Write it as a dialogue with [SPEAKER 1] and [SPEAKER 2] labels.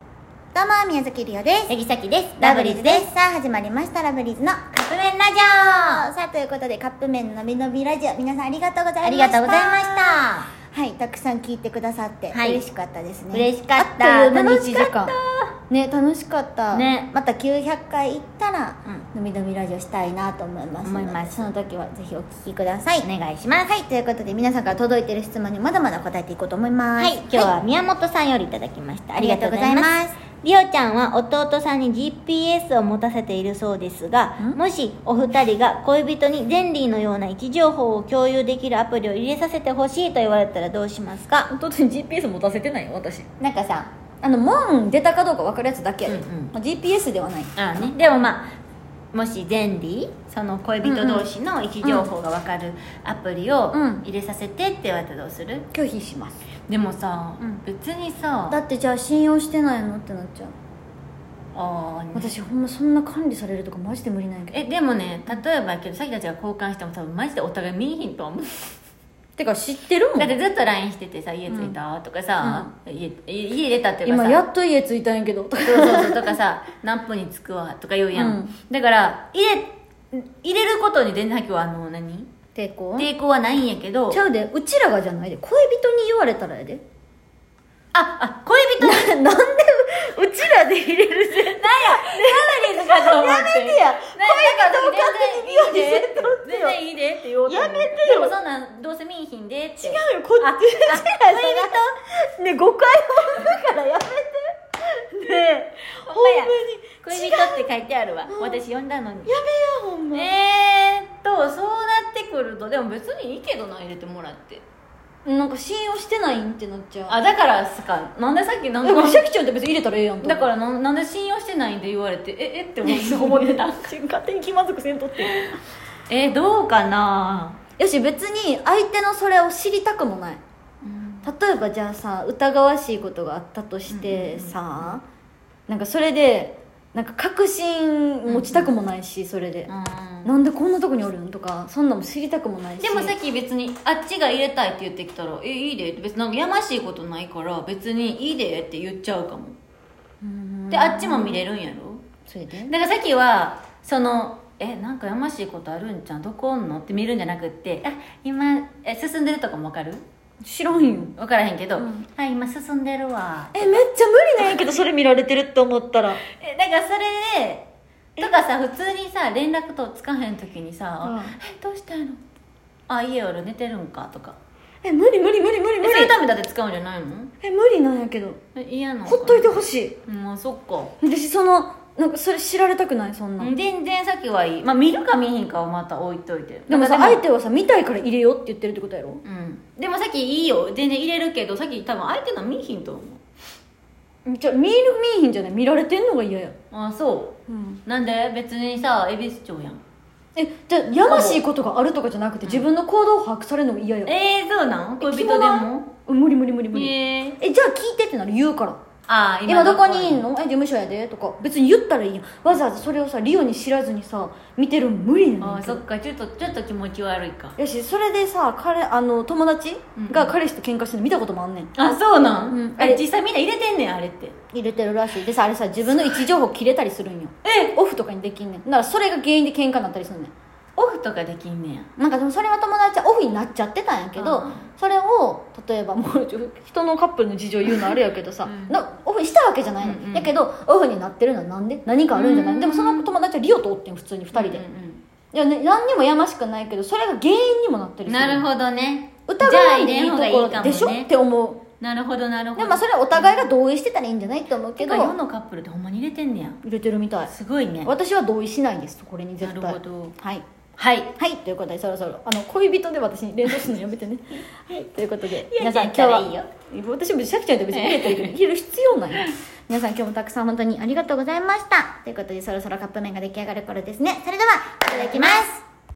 [SPEAKER 1] どうも宮崎りおです
[SPEAKER 2] 杉崎です
[SPEAKER 1] さあ始まりましたラブリーズの
[SPEAKER 2] カップ麺ラジ
[SPEAKER 1] さあということでカップ麺のびのびラジオ皆さんありがとうございまし
[SPEAKER 2] オ
[SPEAKER 1] た
[SPEAKER 2] ありがとうございました
[SPEAKER 1] はいたくさん聞いてくださって、
[SPEAKER 2] はい
[SPEAKER 1] 嬉しかったですね
[SPEAKER 2] 嬉しかった
[SPEAKER 1] あっという間に1
[SPEAKER 2] 楽
[SPEAKER 1] 時
[SPEAKER 2] しかった
[SPEAKER 1] 間ね楽しかった
[SPEAKER 2] ね
[SPEAKER 1] また900回行ったら、
[SPEAKER 2] う
[SPEAKER 1] のびのびラジオしたいなと思いますので
[SPEAKER 2] 思います
[SPEAKER 1] その時はぜひお聞きください
[SPEAKER 2] お願いします
[SPEAKER 1] はいということで皆さんから届いてる質問にまだまだ答えていこうと思います
[SPEAKER 2] はい今日は宮本さんよりいただきましたありがとうござい
[SPEAKER 1] あ
[SPEAKER 2] ま
[SPEAKER 1] りがとうございます
[SPEAKER 2] りおちゃんは弟さんに GPS を持たせているそうですが
[SPEAKER 1] ん
[SPEAKER 2] もしお二人が恋人にゼンリーのような位置情報を共有できるアプリを入れさせてほしいと言われたらどうしますか
[SPEAKER 3] 弟に GPS 持たせてないよ私
[SPEAKER 1] なんかさあの門出たかどうか分かるやつだけやで、
[SPEAKER 2] うんうん
[SPEAKER 1] まあ GPS ではない
[SPEAKER 2] ああね、でもまあもしゼンリーその恋人同士の位置情報が分かるアプリを
[SPEAKER 1] うん
[SPEAKER 2] 入れさせてって言われたらどうする、
[SPEAKER 1] 拒否します
[SPEAKER 2] でもさ、
[SPEAKER 1] うん
[SPEAKER 2] 別にさ
[SPEAKER 1] だってじゃあ信用してないのってなっちゃう
[SPEAKER 2] あー
[SPEAKER 1] 私ほんまそんな管理されるとかマジで無理なんやけど
[SPEAKER 2] えでもね例えばやけどさっきたちが交換しても多分マジでお互い見えひんと思う
[SPEAKER 1] てか知ってるも
[SPEAKER 2] だっ
[SPEAKER 1] ん
[SPEAKER 2] てずっと LINE しててさ家着いたとかさ、家家家出たっていうか
[SPEAKER 1] 今
[SPEAKER 2] さ
[SPEAKER 1] やっと家着いたんやけどとか
[SPEAKER 2] そうそうそうとかさ 何分に着くわとか言うやん、
[SPEAKER 1] うん
[SPEAKER 2] だから入れ入れることに全然さっきはあの何
[SPEAKER 1] 抵抗
[SPEAKER 2] 抵抗はないんやけど
[SPEAKER 1] ちゃうでうちらがじゃないで恋人に言われたらやで
[SPEAKER 2] ああ恋人
[SPEAKER 1] なんでうちらで入れるぜ
[SPEAKER 2] やめてかと思って
[SPEAKER 1] やめてや
[SPEAKER 2] 恋人を
[SPEAKER 1] 勝手に見ようにせんとって
[SPEAKER 2] 全
[SPEAKER 1] よ
[SPEAKER 2] 然いいでって言おうと思う
[SPEAKER 1] やめてよ
[SPEAKER 2] でもそんなんどうせ見いひんでって違う
[SPEAKER 1] 違うよこっちうちら恋人ね誤解を生むからやめてねえほんまに
[SPEAKER 2] 恋人って書いてあるわ私呼んだのに
[SPEAKER 1] やめよほんま
[SPEAKER 2] えーっとそうなってくるとでも別にいいけどな入れてもらって
[SPEAKER 1] なんか信用してないんってなっちゃう
[SPEAKER 2] あだからっすかなんでさっきなん
[SPEAKER 1] でもシ
[SPEAKER 2] か
[SPEAKER 1] ャキちゃんって別に入れたらええやんと
[SPEAKER 2] だからなんなんで信用してないんで言われてええって 思って思ってた
[SPEAKER 1] 勝手に気まずくせんとって
[SPEAKER 2] えどうかな
[SPEAKER 1] よし別に相手のそれを知りたくもない例えばじゃあさ疑わしいことがあったとしてさなんかそれでなんか確信持ちたくもないしそれで
[SPEAKER 2] うん
[SPEAKER 1] なんでこんなとこにおるんとかそんなんも知りたくもないし
[SPEAKER 2] でもさっき別にあっちが入れたいって言ってきたら「えいいで」って別になんかやましいことないから別に「いいで」って言っちゃうかも
[SPEAKER 1] うん
[SPEAKER 2] であっちも見れるんやろ
[SPEAKER 1] それで
[SPEAKER 2] だからさっきはその「えなんかやましいことあるんじゃんどこおんの?」って見るんじゃなくって「あ今え進んでるとかも分かる
[SPEAKER 1] 知らんよ
[SPEAKER 2] 分からへんけど「
[SPEAKER 1] うん
[SPEAKER 2] はい今進んでるわ
[SPEAKER 1] えめっちゃ無理なんやけどそれ見られてるって思ったら」
[SPEAKER 2] えだからそれでとかさ普通にさ連絡とつかへん時にさ「えどうしたいの?」あ家夜寝てるんか」とか
[SPEAKER 1] え無理無理無理無理
[SPEAKER 2] え
[SPEAKER 1] 無
[SPEAKER 2] それ
[SPEAKER 1] 理
[SPEAKER 2] ダメだって使うんじゃないの
[SPEAKER 1] え無理なんやけど
[SPEAKER 2] え嫌なのか
[SPEAKER 1] ほ
[SPEAKER 2] な
[SPEAKER 1] っといてほしい
[SPEAKER 2] うんあそっか
[SPEAKER 1] 私そのなんかそれ知られたくないそんな
[SPEAKER 2] 全然さっきはいいまあ見るか見えへんかはまた置いといて
[SPEAKER 1] でもさ
[SPEAKER 2] なんか
[SPEAKER 1] 相手はさ見たいから入れようって言ってるってことやろ
[SPEAKER 2] うんでもさっきいいよ全然入れるけどさっき多分相手の見えへんと思う
[SPEAKER 1] じゃあ見る見えひんじゃない見られてんのが嫌や、
[SPEAKER 2] あそ
[SPEAKER 1] うん、
[SPEAKER 2] うなんで別にさ恵比寿町やん
[SPEAKER 1] えじゃあやましいことがあるとかじゃなくて自分の行動を把握されるのが嫌や
[SPEAKER 2] えー、そうなん恋人で
[SPEAKER 1] キ
[SPEAKER 2] も
[SPEAKER 1] うん無理無理無理無理
[SPEAKER 2] えー、
[SPEAKER 1] えじゃあ聞いてってなる言うから
[SPEAKER 2] ああ
[SPEAKER 1] 今どこにいんのえ事務所やでとか別に言ったらいいやんわざわざそれをさリオに知らずにさ見てるの無理な
[SPEAKER 2] あ
[SPEAKER 1] の
[SPEAKER 2] ーそっかちょっとちょっと気持ち悪いか
[SPEAKER 1] やしそれでさ彼あの友達が彼氏と喧嘩してるの見たこともあんねん
[SPEAKER 2] あそうなん、
[SPEAKER 1] うん
[SPEAKER 2] あれ実際みんな入れてんねんあれって
[SPEAKER 1] 入れてるらしいでさあれさ自分の位置情報切れたりするんよ
[SPEAKER 2] え
[SPEAKER 1] オフとかにできんねんだからそれが原因で喧嘩になったりするねん
[SPEAKER 2] オフとかできんねや
[SPEAKER 1] なんかでもそれは友達はオフになっちゃってたんやけど、
[SPEAKER 2] うん
[SPEAKER 1] それを例えば もうちょ人のカップルの事情言うのあれやけどさ、
[SPEAKER 2] うん
[SPEAKER 1] なオフにしたわけじゃないの、
[SPEAKER 2] うんうん
[SPEAKER 1] やけどオフになってるのはなんで何かあるんじゃない
[SPEAKER 2] うん
[SPEAKER 1] でもその友達はリオとおってん普通に2人で、
[SPEAKER 2] うん
[SPEAKER 1] い
[SPEAKER 2] うん
[SPEAKER 1] やね、何にもやましくないけどそれが原因にもなった
[SPEAKER 2] う
[SPEAKER 1] り
[SPEAKER 2] ん
[SPEAKER 1] する
[SPEAKER 2] なるほどね
[SPEAKER 1] 疑わないで
[SPEAKER 2] じゃあ入れ
[SPEAKER 1] いい
[SPEAKER 2] ん
[SPEAKER 1] と
[SPEAKER 2] 方がいい
[SPEAKER 1] ころ
[SPEAKER 2] かもね
[SPEAKER 1] でしょって思
[SPEAKER 2] なるほどなる
[SPEAKER 1] う
[SPEAKER 2] ほ
[SPEAKER 1] でも
[SPEAKER 2] ど
[SPEAKER 1] まあそれはお互いが同意してたらいいんじゃないって思うけ
[SPEAKER 2] て
[SPEAKER 1] ど
[SPEAKER 2] か世
[SPEAKER 1] 入
[SPEAKER 2] のカップルってほんまに入れてんねや
[SPEAKER 1] れてるみたい
[SPEAKER 2] すごいね
[SPEAKER 1] 私は同意しないですこれに絶
[SPEAKER 2] な
[SPEAKER 1] 対
[SPEAKER 2] るほど
[SPEAKER 1] はい
[SPEAKER 2] はい
[SPEAKER 1] はい、ということでそろそろあの恋人で私に連想するのやめてねはいということで
[SPEAKER 2] いや
[SPEAKER 1] 皆さん
[SPEAKER 2] い
[SPEAKER 1] 今
[SPEAKER 2] や
[SPEAKER 1] 日はい
[SPEAKER 2] いよ
[SPEAKER 1] 私もシャキちゃんと別に入れてるけど入れる必要ない皆さん今日もたくさん本当にありがとうございましたということでそろそろカップ麺が出来上がる頃ですねそれではいただきます